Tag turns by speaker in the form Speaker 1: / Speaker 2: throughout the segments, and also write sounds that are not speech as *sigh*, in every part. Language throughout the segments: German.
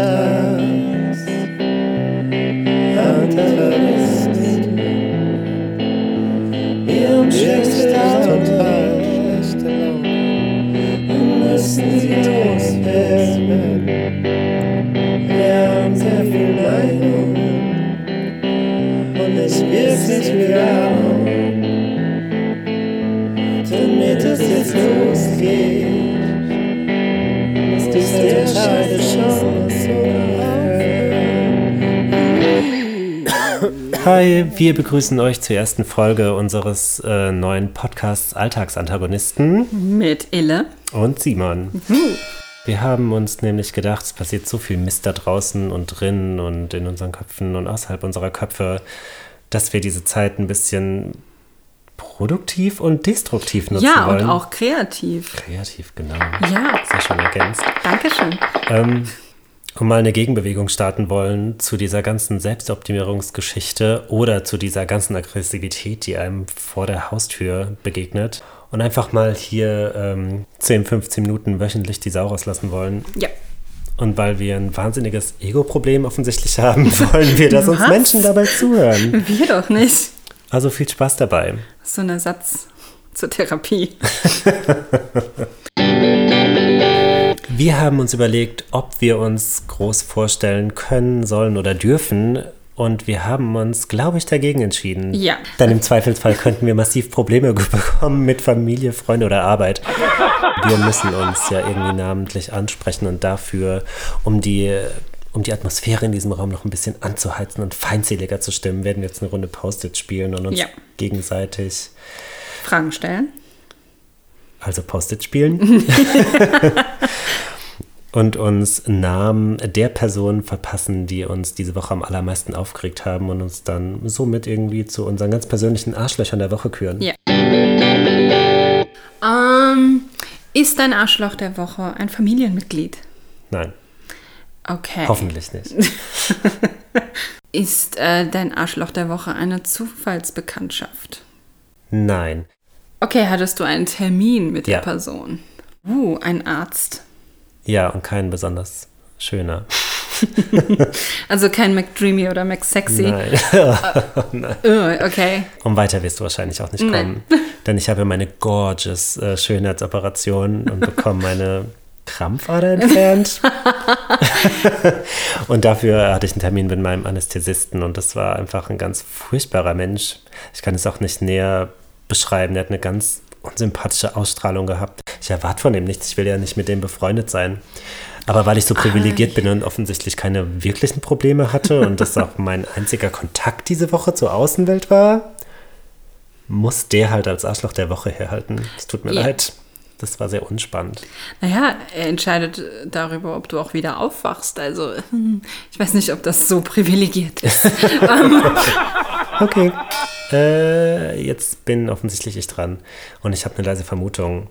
Speaker 1: Anders. Anders. Wir haben schlechte Laune. Wir müssen sie loswerden. Wir haben sehr viel Meinung. Und ich will es nicht mehr haben. Damit es jetzt losgeht. Ist es der Scheide Chance
Speaker 2: Hi, wir begrüßen euch zur ersten Folge unseres äh, neuen Podcasts Alltagsantagonisten
Speaker 3: Mit Ille.
Speaker 2: und Simon.
Speaker 3: Mhm.
Speaker 2: Wir haben uns nämlich gedacht, es passiert so viel Mist da draußen und drin und in unseren Köpfen und außerhalb unserer Köpfe, dass wir diese Zeit ein bisschen produktiv und destruktiv nutzen
Speaker 3: ja,
Speaker 2: wollen.
Speaker 3: und auch kreativ.
Speaker 2: kreativ, genau.
Speaker 3: Ja,
Speaker 2: Sehr schön ergänzt.
Speaker 3: danke schön.
Speaker 2: Ähm, und mal eine Gegenbewegung starten wollen zu dieser ganzen Selbstoptimierungsgeschichte oder zu dieser ganzen Aggressivität, die einem vor der Haustür begegnet. Und einfach mal hier ähm, 10, 15 Minuten wöchentlich die Sau rauslassen wollen.
Speaker 3: Ja.
Speaker 2: Und weil wir ein wahnsinniges Ego-Problem offensichtlich haben, *laughs* wollen wir, dass uns Menschen dabei zuhören.
Speaker 3: Wir doch nicht.
Speaker 2: Also viel Spaß dabei.
Speaker 3: So ein Ersatz
Speaker 2: *laughs*
Speaker 3: zur Therapie.
Speaker 2: Wir haben uns überlegt, ob wir uns groß vorstellen können, sollen oder dürfen. Und wir haben uns, glaube ich, dagegen entschieden.
Speaker 3: Ja.
Speaker 2: Dann im Zweifelsfall könnten wir massiv Probleme *laughs* bekommen mit Familie, Freunde oder Arbeit. Wir müssen uns ja irgendwie namentlich ansprechen und dafür, um die, um die Atmosphäre in diesem Raum noch ein bisschen anzuheizen und feindseliger zu stimmen, werden wir jetzt eine Runde Post-it spielen und uns
Speaker 3: Ja.
Speaker 2: gegenseitig,
Speaker 3: Fragen stellen.
Speaker 2: also Post-it spielen. und uns Namen der Personen verpassen, die uns diese Woche am allermeisten aufgeregt haben und uns dann somit irgendwie zu unseren ganz persönlichen Arschlöchern der Woche küren.
Speaker 3: Ja. Ähm, ist dein Arschloch der Woche ein Familienmitglied?
Speaker 2: Nein,
Speaker 3: Okay.
Speaker 2: hoffentlich nicht.
Speaker 3: Ist äh, dein Arschloch der Woche eine Zufallsbekanntschaft?
Speaker 2: Nein.
Speaker 3: Okay, hattest du einen Termin mit
Speaker 2: Ja.
Speaker 3: der Person? Uh, ein Arzt.
Speaker 2: Ja, und kein besonders schöner.
Speaker 3: Also kein McDreamy oder McSexy.
Speaker 2: Nein. *laughs*
Speaker 3: Äh, okay.
Speaker 2: Und weiter wirst du wahrscheinlich auch nicht kommen. Denn ich habe meine gorgeous äh, Schönheitsoperation und bekomme meine Krampfader entfernt. und dafür hatte ich einen Termin mit meinem Anästhesisten und das war einfach ein ganz furchtbarer Mensch. Ich kann es auch nicht näher beschreiben. Der hat eine ganz unsympathische Ausstrahlung gehabt. Ich erwarte von dem nichts. Ich will ja nicht mit dem befreundet sein. Aber weil ich so privilegiert bin und offensichtlich keine wirklichen Probleme hatte und das auch mein einziger Kontakt diese Woche zur Außenwelt war, muss der halt als Arschloch der Woche herhalten. Es tut mir
Speaker 3: Ja.
Speaker 2: leid. Das war sehr unspannend.
Speaker 3: Naja, er entscheidet darüber, ob du auch wieder aufwachst. Also, *laughs* hm, ich weiß nicht, ob das so
Speaker 2: *laughs*
Speaker 3: privilegiert ist.
Speaker 2: Okay. Äh, jetzt bin offensichtlich ich dran. Und ich habe eine leise Vermutung.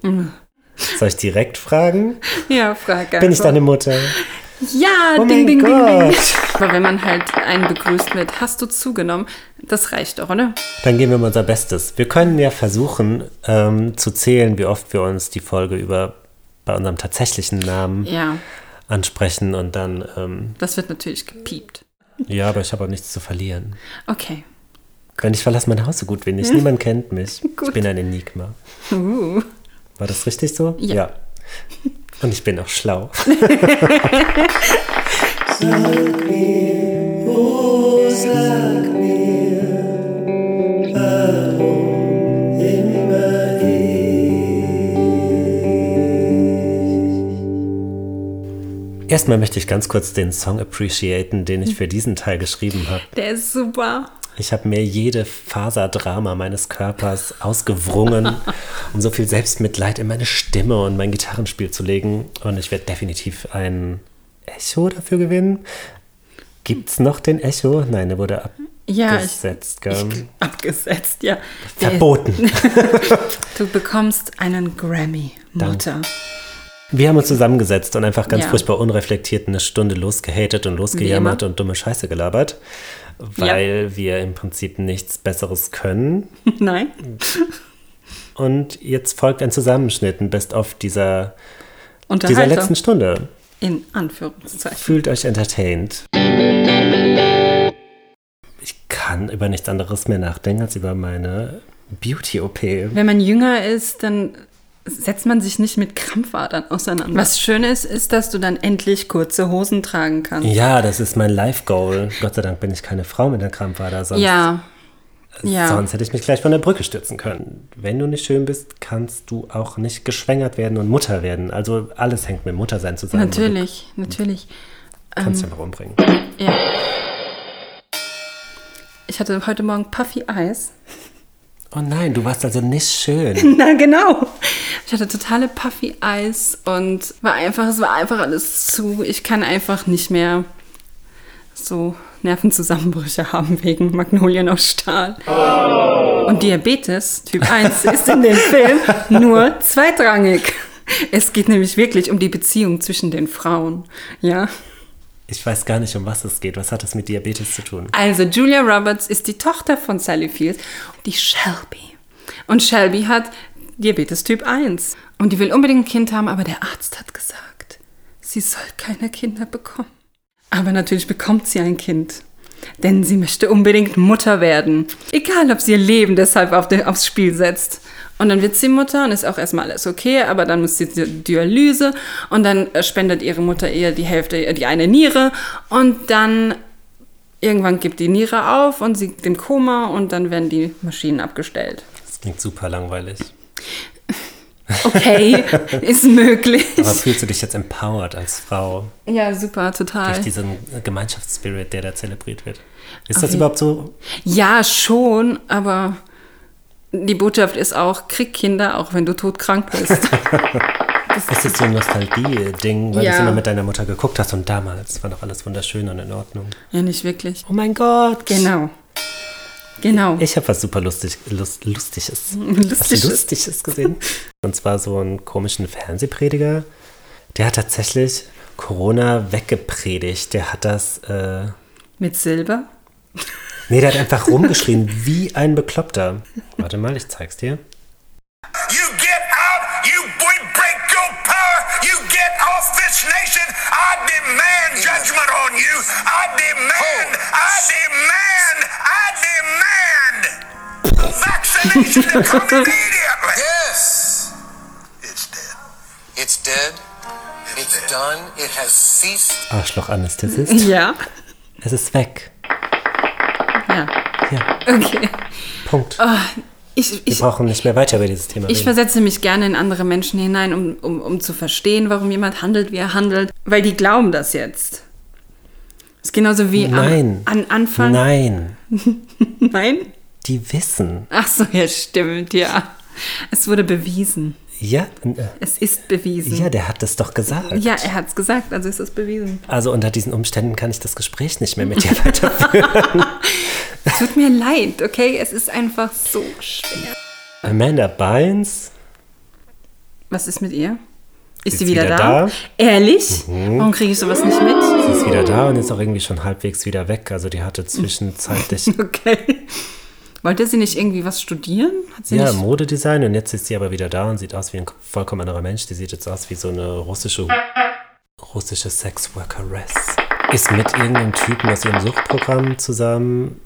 Speaker 2: Soll ich direkt fragen?
Speaker 3: ja, Frage.
Speaker 2: Bin ich deine Mutter?
Speaker 3: Ja,
Speaker 2: Oh mein
Speaker 3: ding, ding, ding, ding.
Speaker 2: Gott.
Speaker 3: Aber wenn man halt einen begrüßt mit, hast du zugenommen, das reicht doch, oder?
Speaker 2: Dann geben wir mal unser Bestes. Wir können ja versuchen ähm, zu zählen, wie oft wir uns die Folge über bei unserem tatsächlichen Namen
Speaker 3: Ja,
Speaker 2: ansprechen und dann, ähm,
Speaker 3: das wird natürlich gepiept.
Speaker 2: ja, aber ich habe auch nichts zu verlieren.
Speaker 3: Okay.
Speaker 2: Denn ich verlasse mein Haus so gut wie nicht. Niemand kennt mich. Ich
Speaker 3: Hm? Gut.
Speaker 2: bin ein Enigma.
Speaker 3: Uh.
Speaker 2: War das richtig so?
Speaker 3: Ja.
Speaker 2: Und ich bin auch
Speaker 3: *laughs*
Speaker 2: schlau. Erstmal möchte ich ganz kurz den Song appreciaten, den ich für diesen Teil geschrieben habe.
Speaker 3: Der ist super.
Speaker 2: Ich habe mir jede Faserdrama meines Körpers
Speaker 3: *laughs*
Speaker 2: ausgewrungen, um so viel Selbstmitleid in meine Stimme und mein Gitarrenspiel zu legen. Und ich werde definitiv ein Echo dafür gewinnen. Gibt's noch den Echo? Nein, der wurde
Speaker 3: Ja, ich,
Speaker 2: abgesetzt. gell?
Speaker 3: ich abgesetzt, ja. Der-
Speaker 2: ähm.
Speaker 3: *laughs*
Speaker 2: Verboten.
Speaker 3: Du bekommst einen Grammy, Mutter.
Speaker 2: Wir haben uns zusammengesetzt und einfach ganz
Speaker 3: Ja.
Speaker 2: furchtbar unreflektiert eine Stunde losgehatet und losgejammert
Speaker 3: Wie immer.
Speaker 2: und dumme Scheiße gelabert, weil wir im Prinzip nichts Besseres können.
Speaker 3: *laughs* Nein?
Speaker 2: Und jetzt folgt ein Zusammenschnitt, ein Best-of dieser, dieser
Speaker 3: Unterhaltung.
Speaker 2: letzten Stunde.
Speaker 3: In Anführungszeichen.
Speaker 2: Fühlt euch entertained. Ich kann über nichts anderes mehr nachdenken als über meine Beauty-OP.
Speaker 3: Wenn man jünger ist, dann setzt man sich nicht mit Krampfadern auseinander. Was schön ist, ist, dass du dann endlich kurze Hosen tragen kannst.
Speaker 2: Ja, das ist mein Life-Goal. Gott sei Dank bin ich keine Frau mit einer Krampfader, sonst,
Speaker 3: Ja, ja.
Speaker 2: sonst hätte ich mich gleich von der Brücke stürzen können. Wenn du nicht schön bist, kannst du auch nicht geschwängert werden und Mutter werden. Also alles hängt mit Muttersein zusammen.
Speaker 3: natürlich, natürlich.
Speaker 2: Du kannst dich einfach umbringen.
Speaker 3: Ja. Ich hatte heute Morgen Puffy Eis.
Speaker 2: Oh nein, du warst also nicht
Speaker 3: *laughs*
Speaker 2: schön.
Speaker 3: Na genau. Ich hatte totale Puffy Eis und war einfach, es war einfach alles zu. Ich kann einfach nicht mehr so Nervenzusammenbrüche haben wegen Magnolien aus Stahl. Und Diabetes Typ *laughs* 1 ist in dem Film nur zweitrangig. Es geht nämlich wirklich um die Beziehung zwischen den Frauen. Ja.
Speaker 2: Ich weiß gar nicht, um was es geht. Was hat das mit Diabetes zu tun?
Speaker 3: Also Julia Roberts ist die Tochter von Sally Fields, die Shelby. Und Shelby hat Diabetes Typ 1. Und die will unbedingt ein Kind haben, aber der Arzt hat gesagt, sie soll keine Kinder bekommen. Aber natürlich bekommt sie ein Kind. Denn sie möchte unbedingt Mutter werden. Egal, ob sie ihr Leben deshalb auf den, aufs Spiel setzt. Und dann wird sie Mutter und ist auch erstmal alles okay, aber dann muss sie zur Dialyse und dann äh, spendet ihre Mutter ihr die Hälfte, die eine Niere und dann Irgendwann gibt die Niere auf und sie im Koma und dann werden die Maschinen abgestellt.
Speaker 2: Das klingt super langweilig.
Speaker 3: Okay, ist möglich.
Speaker 2: Aber fühlst du dich jetzt empowered als Frau
Speaker 3: Ja, super, total.
Speaker 2: durch diesen Gemeinschaftsspirit, der da zelebriert wird? Ist
Speaker 3: Auf
Speaker 2: das
Speaker 3: jeden-
Speaker 2: überhaupt so?
Speaker 3: Ja, schon, aber die Botschaft ist auch, krieg Kinder, auch wenn du todkrank bist.
Speaker 2: Ist das so ein Nostalgie-Ding, weil du es
Speaker 3: Ja.
Speaker 2: immer mit deiner Mutter geguckt hast und damals war doch alles wunderschön und in Ordnung.
Speaker 3: ja, nicht wirklich.
Speaker 2: Oh mein Gott!
Speaker 3: Genau. Genau.
Speaker 2: Ich habe was super lustig, lust, Lustiges.
Speaker 3: Lustiges.
Speaker 2: Was Lustiges gesehen. Und zwar so einen komischen Fernsehprediger. Der hat tatsächlich Corona weggepredigt. Der hat das. Äh,
Speaker 3: Mit Silber?
Speaker 2: Nee, der hat einfach rumgeschrien wie ein Bekloppter. Warte mal, ich zeig's dir.
Speaker 4: You get out, you we break your power, you get off this nation. I demand judgment on you. I demand, I demand, I demand vaccination to
Speaker 5: *laughs*
Speaker 4: come immediately.
Speaker 5: Yes!
Speaker 4: It's dead.
Speaker 5: It's dead. It's done. It has ceased.
Speaker 2: Arschlochanästhesist.
Speaker 3: Ja.
Speaker 2: Es ist weg.
Speaker 3: Ja.
Speaker 2: Ja,
Speaker 3: Okay. Ah,
Speaker 2: Punkt.
Speaker 3: Oh, Ich,
Speaker 2: Wir
Speaker 3: ich,
Speaker 2: brauchen nicht mehr weiter über dieses Thema
Speaker 3: Ich
Speaker 2: reden.
Speaker 3: versetze mich gerne in andere Menschen hinein, um, um, um zu verstehen, warum jemand handelt, wie er handelt, weil die glauben das jetzt. ist genauso wie
Speaker 2: Nein.
Speaker 3: Am, an Anfang.
Speaker 2: Nein,
Speaker 3: *laughs* Nein?
Speaker 2: die wissen.
Speaker 3: Ach so, ja, stimmt, ja. Es wurde bewiesen.
Speaker 2: Ja, äh,
Speaker 3: Es ist bewiesen.
Speaker 2: ja, der hat das doch gesagt.
Speaker 3: Ja, er hat's gesagt, also ist es bewiesen.
Speaker 2: Also unter diesen Umständen kann ich das Gespräch nicht mehr mit dir *laughs* weiterführen.
Speaker 3: Tut mir leid, okay? Es ist einfach so schwer.
Speaker 2: Amanda Bynes,
Speaker 3: Was ist mit ihr?
Speaker 2: Ist
Speaker 3: Ist sie
Speaker 2: sie
Speaker 3: wieder,
Speaker 2: wieder
Speaker 3: da?
Speaker 2: da?
Speaker 3: Ehrlich? Warum kriege ich sowas nicht mit?
Speaker 2: die ist wieder da und ist auch irgendwie schon halbwegs wieder weg. Also die hatte zwischenzeitlich
Speaker 3: *laughs* Okay. Wollte sie nicht irgendwie was studieren? Hat sie
Speaker 2: ja,
Speaker 3: nicht
Speaker 2: Modedesign und jetzt ist sie aber wieder da und sieht aus wie ein vollkommen anderer Mensch. Die sieht jetzt aus wie so eine russische russische Sexworkeress. Ist mit irgendeinem Typen aus ihrem Suchtprogramm zusammen,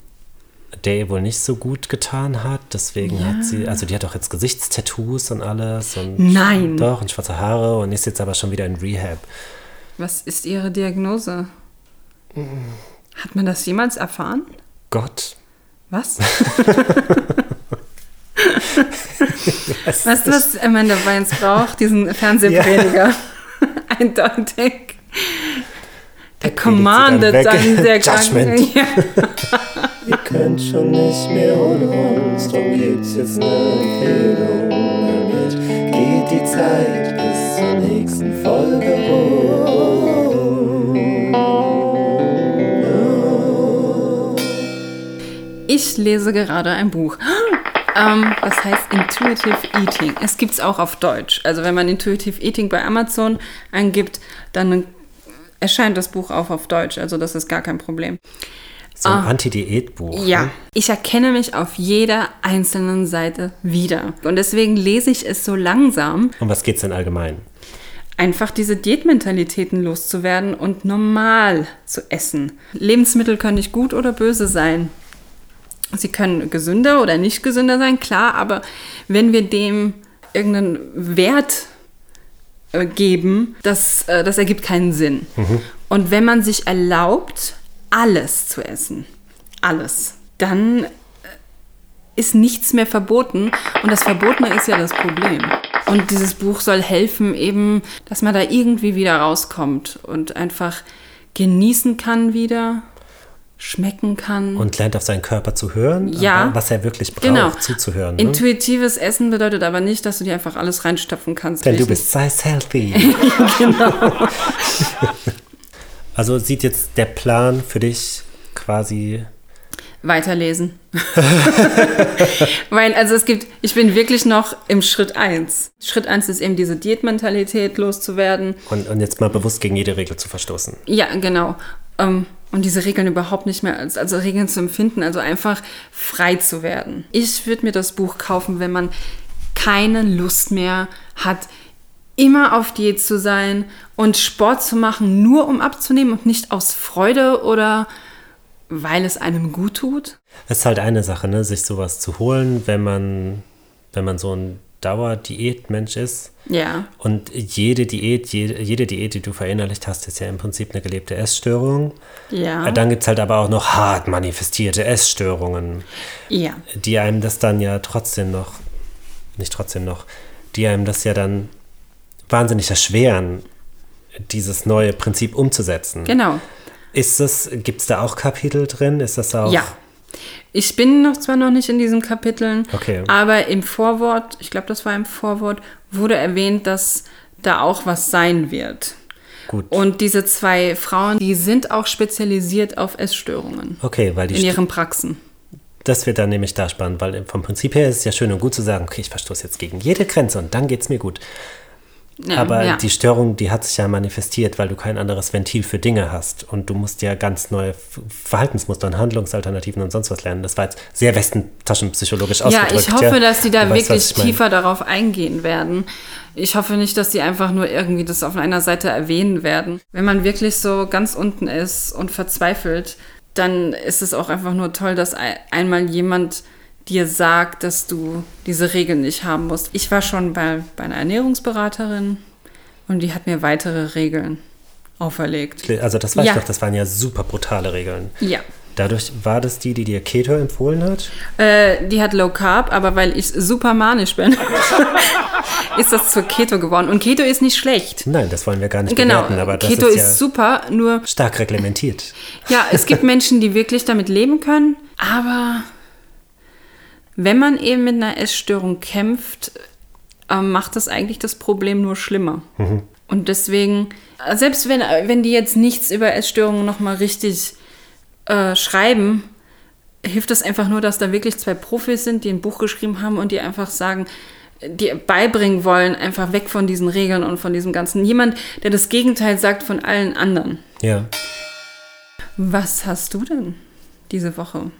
Speaker 2: der ihr wohl nicht so gut getan hat. Deswegen hat sie, also die hat auch jetzt Gesichtstattoos und alles und
Speaker 3: Nein.
Speaker 2: doch und schwarze Haare und ist jetzt aber schon wieder in Rehab.
Speaker 3: Was ist Ihre Diagnose? Hat man das jemals erfahren?
Speaker 2: Gott. *laughs*
Speaker 3: Was? weißt du, was Amanda Bynes braucht? Diesen Fernsehprediger. *laughs* Eindeutig. Der commandet
Speaker 2: dann weg.
Speaker 3: dann
Speaker 2: *laughs*
Speaker 3: der
Speaker 2: Judgment.
Speaker 3: Ja.
Speaker 1: Ihr könnt schon nicht mehr ohne uns, drum gibt's jetzt ne Empfehlung. Damit geht die Zeit bis zur nächsten Folge
Speaker 3: Ich lese gerade ein Buch. *gasps* Ähm, das heißt Intuitive Eating. Es gibt es auch auf Deutsch. Also wenn man Intuitive Eating bei Amazon eingibt, dann erscheint das Buch auch auf Deutsch. Also das ist gar kein Problem. Ähm,
Speaker 2: So ein Anti-Diät-Buch.
Speaker 3: Ah.
Speaker 2: ne?
Speaker 3: Ja, ich erkenne mich auf jeder einzelnen Seite wieder. Und deswegen lese ich es so langsam.
Speaker 2: Um was geht's denn allgemein?
Speaker 3: einfach diese Diätmentalitäten loszuwerden und normal zu essen. Lebensmittel können nicht gut oder böse sein. Sie können gesünder oder nicht gesünder sein, klar, aber wenn wir dem irgendeinen Wert äh, geben, das, äh, das ergibt keinen Sinn. Und wenn man sich erlaubt, alles zu essen, alles, dann äh, ist nichts mehr verboten und das Verbotene ist ja das Problem. Und dieses Buch soll helfen, eben, dass man da irgendwie wieder rauskommt und einfach genießen kann wieder, schmecken kann.
Speaker 2: Und lernt auf seinen Körper zu hören,
Speaker 3: Ja. Genau.
Speaker 2: aber was er wirklich braucht, zuzuhören. Ne?
Speaker 3: Intuitives Essen bedeutet aber nicht, dass du dir einfach alles reinstopfen kannst.
Speaker 2: Denn du bist
Speaker 3: Richtig.
Speaker 2: size healthy.
Speaker 3: *laughs* genau.
Speaker 2: *laughs* Also sieht jetzt der Plan für dich quasi. *laughs*
Speaker 3: Weiterlesen. *laughs* Weil, also es gibt, ich bin wirklich noch im Schritt 1. Schritt 1 ist eben diese Diätmentalität loszuwerden.
Speaker 2: Und, und jetzt mal bewusst gegen jede Regel zu verstoßen.
Speaker 3: Ja, genau. Ähm, und diese Regeln überhaupt nicht mehr als, also Regeln zu empfinden, also einfach frei zu werden. Ich würde mir das Buch kaufen, wenn man keine Lust mehr hat, immer auf Diät zu sein und Sport zu machen, nur um abzunehmen und nicht aus Freude oder weil es einem gut tut.
Speaker 2: Es ist halt eine Sache, ne, sich sowas zu holen, wenn man, wenn man so ein Dauerdiätmensch ist.
Speaker 3: Ja.
Speaker 2: Und jede Diät, jede, jede Diät, die du verinnerlicht hast, ist ja im Prinzip eine gelebte Essstörung.
Speaker 3: Ja.
Speaker 2: Äh, Dann gibt es halt aber auch noch hart manifestierte Essstörungen,
Speaker 3: Ja.
Speaker 2: die einem das dann ja trotzdem noch, nicht trotzdem noch, die einem das ja dann wahnsinnig erschweren, dieses neue Prinzip umzusetzen.
Speaker 3: Genau.
Speaker 2: Ist das, gibt es da auch Kapitel drin? Ist das auch?
Speaker 3: Ja. Ich bin noch zwar noch nicht in diesen Kapiteln,
Speaker 2: Okay.
Speaker 3: aber im Vorwort, ich glaube, das war im Vorwort, wurde erwähnt, dass da auch was sein wird.
Speaker 2: Gut.
Speaker 3: Und diese zwei Frauen, die sind auch spezialisiert auf Essstörungen
Speaker 2: Okay, weil die
Speaker 3: in
Speaker 2: Stu-
Speaker 3: ihren Praxen.
Speaker 2: Das wird dann nämlich da spannend, weil vom Prinzip her ist es ja schön und gut zu sagen, okay, ich verstoße jetzt gegen jede Grenze und dann geht es mir gut.
Speaker 3: Ja,
Speaker 2: Aber
Speaker 3: Mhm, ja.
Speaker 2: die Störung, die hat sich ja manifestiert, weil du kein anderes Ventil für Dinge hast und du musst ja ganz neue F- Verhaltensmuster und Handlungsalternativen und sonst was lernen. Das war jetzt sehr westentaschenpsychologisch
Speaker 3: ja,
Speaker 2: ausgedrückt.
Speaker 3: ich hoffe, dass die da
Speaker 2: Du weißt,
Speaker 3: wirklich
Speaker 2: was ich meine.
Speaker 3: tiefer darauf eingehen werden. Ich hoffe nicht, dass die einfach nur irgendwie das auf einer Seite erwähnen werden. Wenn man wirklich so ganz unten ist und verzweifelt, dann ist es auch einfach nur toll, dass ei- einmal jemand dir sagt, dass du diese Regeln nicht haben musst. Ich war schon bei, bei einer Ernährungsberaterin und die hat mir weitere Regeln auferlegt.
Speaker 2: Also das weiß
Speaker 3: Ja.
Speaker 2: ich doch, das waren ja super brutale Regeln.
Speaker 3: Ja.
Speaker 2: Dadurch war das die, die dir Keto empfohlen hat?
Speaker 3: Äh, die hat Low Carb, aber weil ich super manisch
Speaker 2: *laughs*
Speaker 3: bin, ist das zu Keto geworden. Und Keto ist nicht schlecht.
Speaker 2: Nein, das wollen wir gar nicht
Speaker 3: Genau,
Speaker 2: bewerten, aber das
Speaker 3: Keto
Speaker 2: ist
Speaker 3: ist,
Speaker 2: ja
Speaker 3: super, nur
Speaker 2: stark reglementiert.
Speaker 3: ja, es gibt Menschen, die wirklich damit leben können, aber wenn man eben mit einer Essstörung kämpft, äh, macht das eigentlich das Problem nur schlimmer. Und deswegen, äh, selbst wenn, äh, wenn die jetzt nichts über Essstörungen nochmal richtig äh, schreiben, hilft es einfach nur, dass da wirklich zwei Profis sind, die ein Buch geschrieben haben und die einfach sagen, die beibringen wollen, einfach weg von diesen Regeln und von diesem Ganzen. Jemand, der das Gegenteil sagt von allen anderen.
Speaker 2: Ja.
Speaker 3: Was hast du denn diese Woche?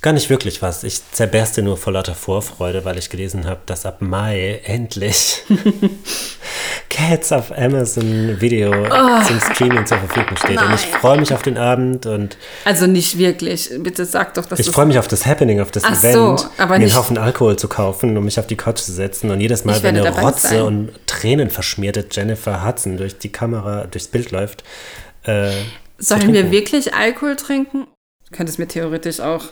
Speaker 2: Gar nicht wirklich was. Ich zerberste nur vor lauter Vorfreude, weil ich gelesen habe, dass ab Mai endlich
Speaker 3: *laughs*
Speaker 2: Cats auf Amazon Video zum Streaming zur Verfügung steht. Und ich
Speaker 3: Oh. nein.
Speaker 2: freue mich auf den Abend und
Speaker 3: Also nicht wirklich. Bitte sag doch, dass
Speaker 2: ich
Speaker 3: das-
Speaker 2: freue mich auf das Happening, auf das
Speaker 3: Ach so,
Speaker 2: Event,
Speaker 3: aber
Speaker 2: mir
Speaker 3: nicht-
Speaker 2: einen Haufen Alkohol zu kaufen, um mich auf die Couch zu setzen. Und jedes Mal,
Speaker 3: Ich
Speaker 2: wenn
Speaker 3: werde
Speaker 2: eine
Speaker 3: dabei
Speaker 2: Rotze
Speaker 3: sein.
Speaker 2: und Tränen verschmierte Jennifer Hudson durch die Kamera, durchs Bild läuft, äh, zu
Speaker 3: Sollen wir
Speaker 2: trinken.
Speaker 3: wirklich Alkohol trinken? Du könntest mir theoretisch auch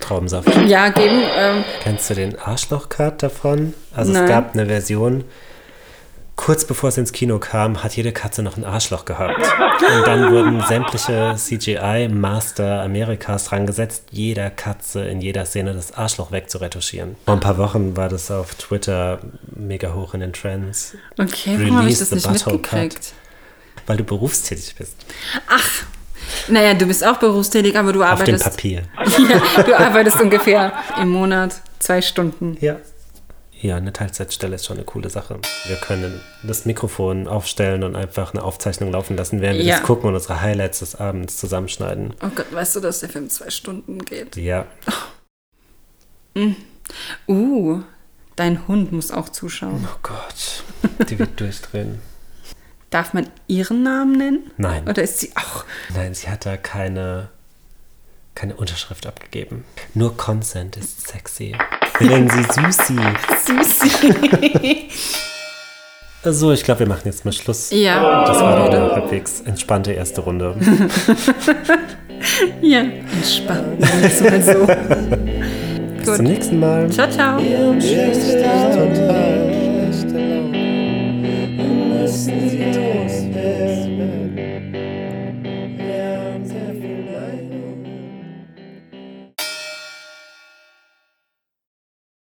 Speaker 2: Traubensaft.
Speaker 3: ja geben. Ähm,
Speaker 2: Kennst du den Arschloch-Card davon? Also
Speaker 3: Nein.
Speaker 2: es gab eine Version, kurz bevor es ins Kino kam, hat jede Katze noch ein Arschloch gehabt. Und dann wurden sämtliche CGI-Master Amerikas rangesetzt, jeder Katze in jeder Szene das Arschloch wegzuretuschieren. Vor ein paar Wochen war das auf Twitter mega hoch in den Trends,
Speaker 3: okay, warum habe ich
Speaker 2: Release
Speaker 3: das
Speaker 2: the
Speaker 3: nicht
Speaker 2: butthole cut.
Speaker 3: mitgekriegt?
Speaker 2: weil du berufstätig bist.
Speaker 3: Naja, du bist auch berufstätig, aber du
Speaker 2: Auf dem
Speaker 3: arbeitest.
Speaker 2: Papier.
Speaker 3: *laughs* ja, du arbeitest ungefähr im Monat zwei Stunden.
Speaker 2: Ja. Ja, eine Teilzeitstelle ist schon eine coole Sache. Wir können das Mikrofon aufstellen und einfach eine Aufzeichnung laufen lassen, während wir
Speaker 3: Ja.
Speaker 2: das gucken und unsere Highlights des Abends zusammenschneiden.
Speaker 3: Oh Gott, weißt du, dass der Film zwei Stunden geht?
Speaker 2: Ja.
Speaker 3: Uh, dein Hund muss auch zuschauen. *laughs*
Speaker 2: Oh Gott, die wird durchdrehen.
Speaker 3: Darf man ihren Namen nennen?
Speaker 2: Nein.
Speaker 3: Oder ist sie auch?
Speaker 2: Nein, sie hat da keine, keine Unterschrift abgegeben. Nur Consent ist sexy. Wir nennen sie Susi.
Speaker 3: Süßi.
Speaker 2: So, Also, ich glaube, wir machen jetzt mal Schluss.
Speaker 3: *laughs* ja.
Speaker 2: Das war doch eine halbwegs entspannte erste
Speaker 3: *laughs*
Speaker 2: Runde.
Speaker 3: Ja. Entspannt. Also mal so.
Speaker 2: Bis
Speaker 3: Gut.
Speaker 2: zum nächsten Mal.
Speaker 3: Ciao, ciao.
Speaker 1: Wir haben schlechte Laune, schlechte Laune. Wir müssen sie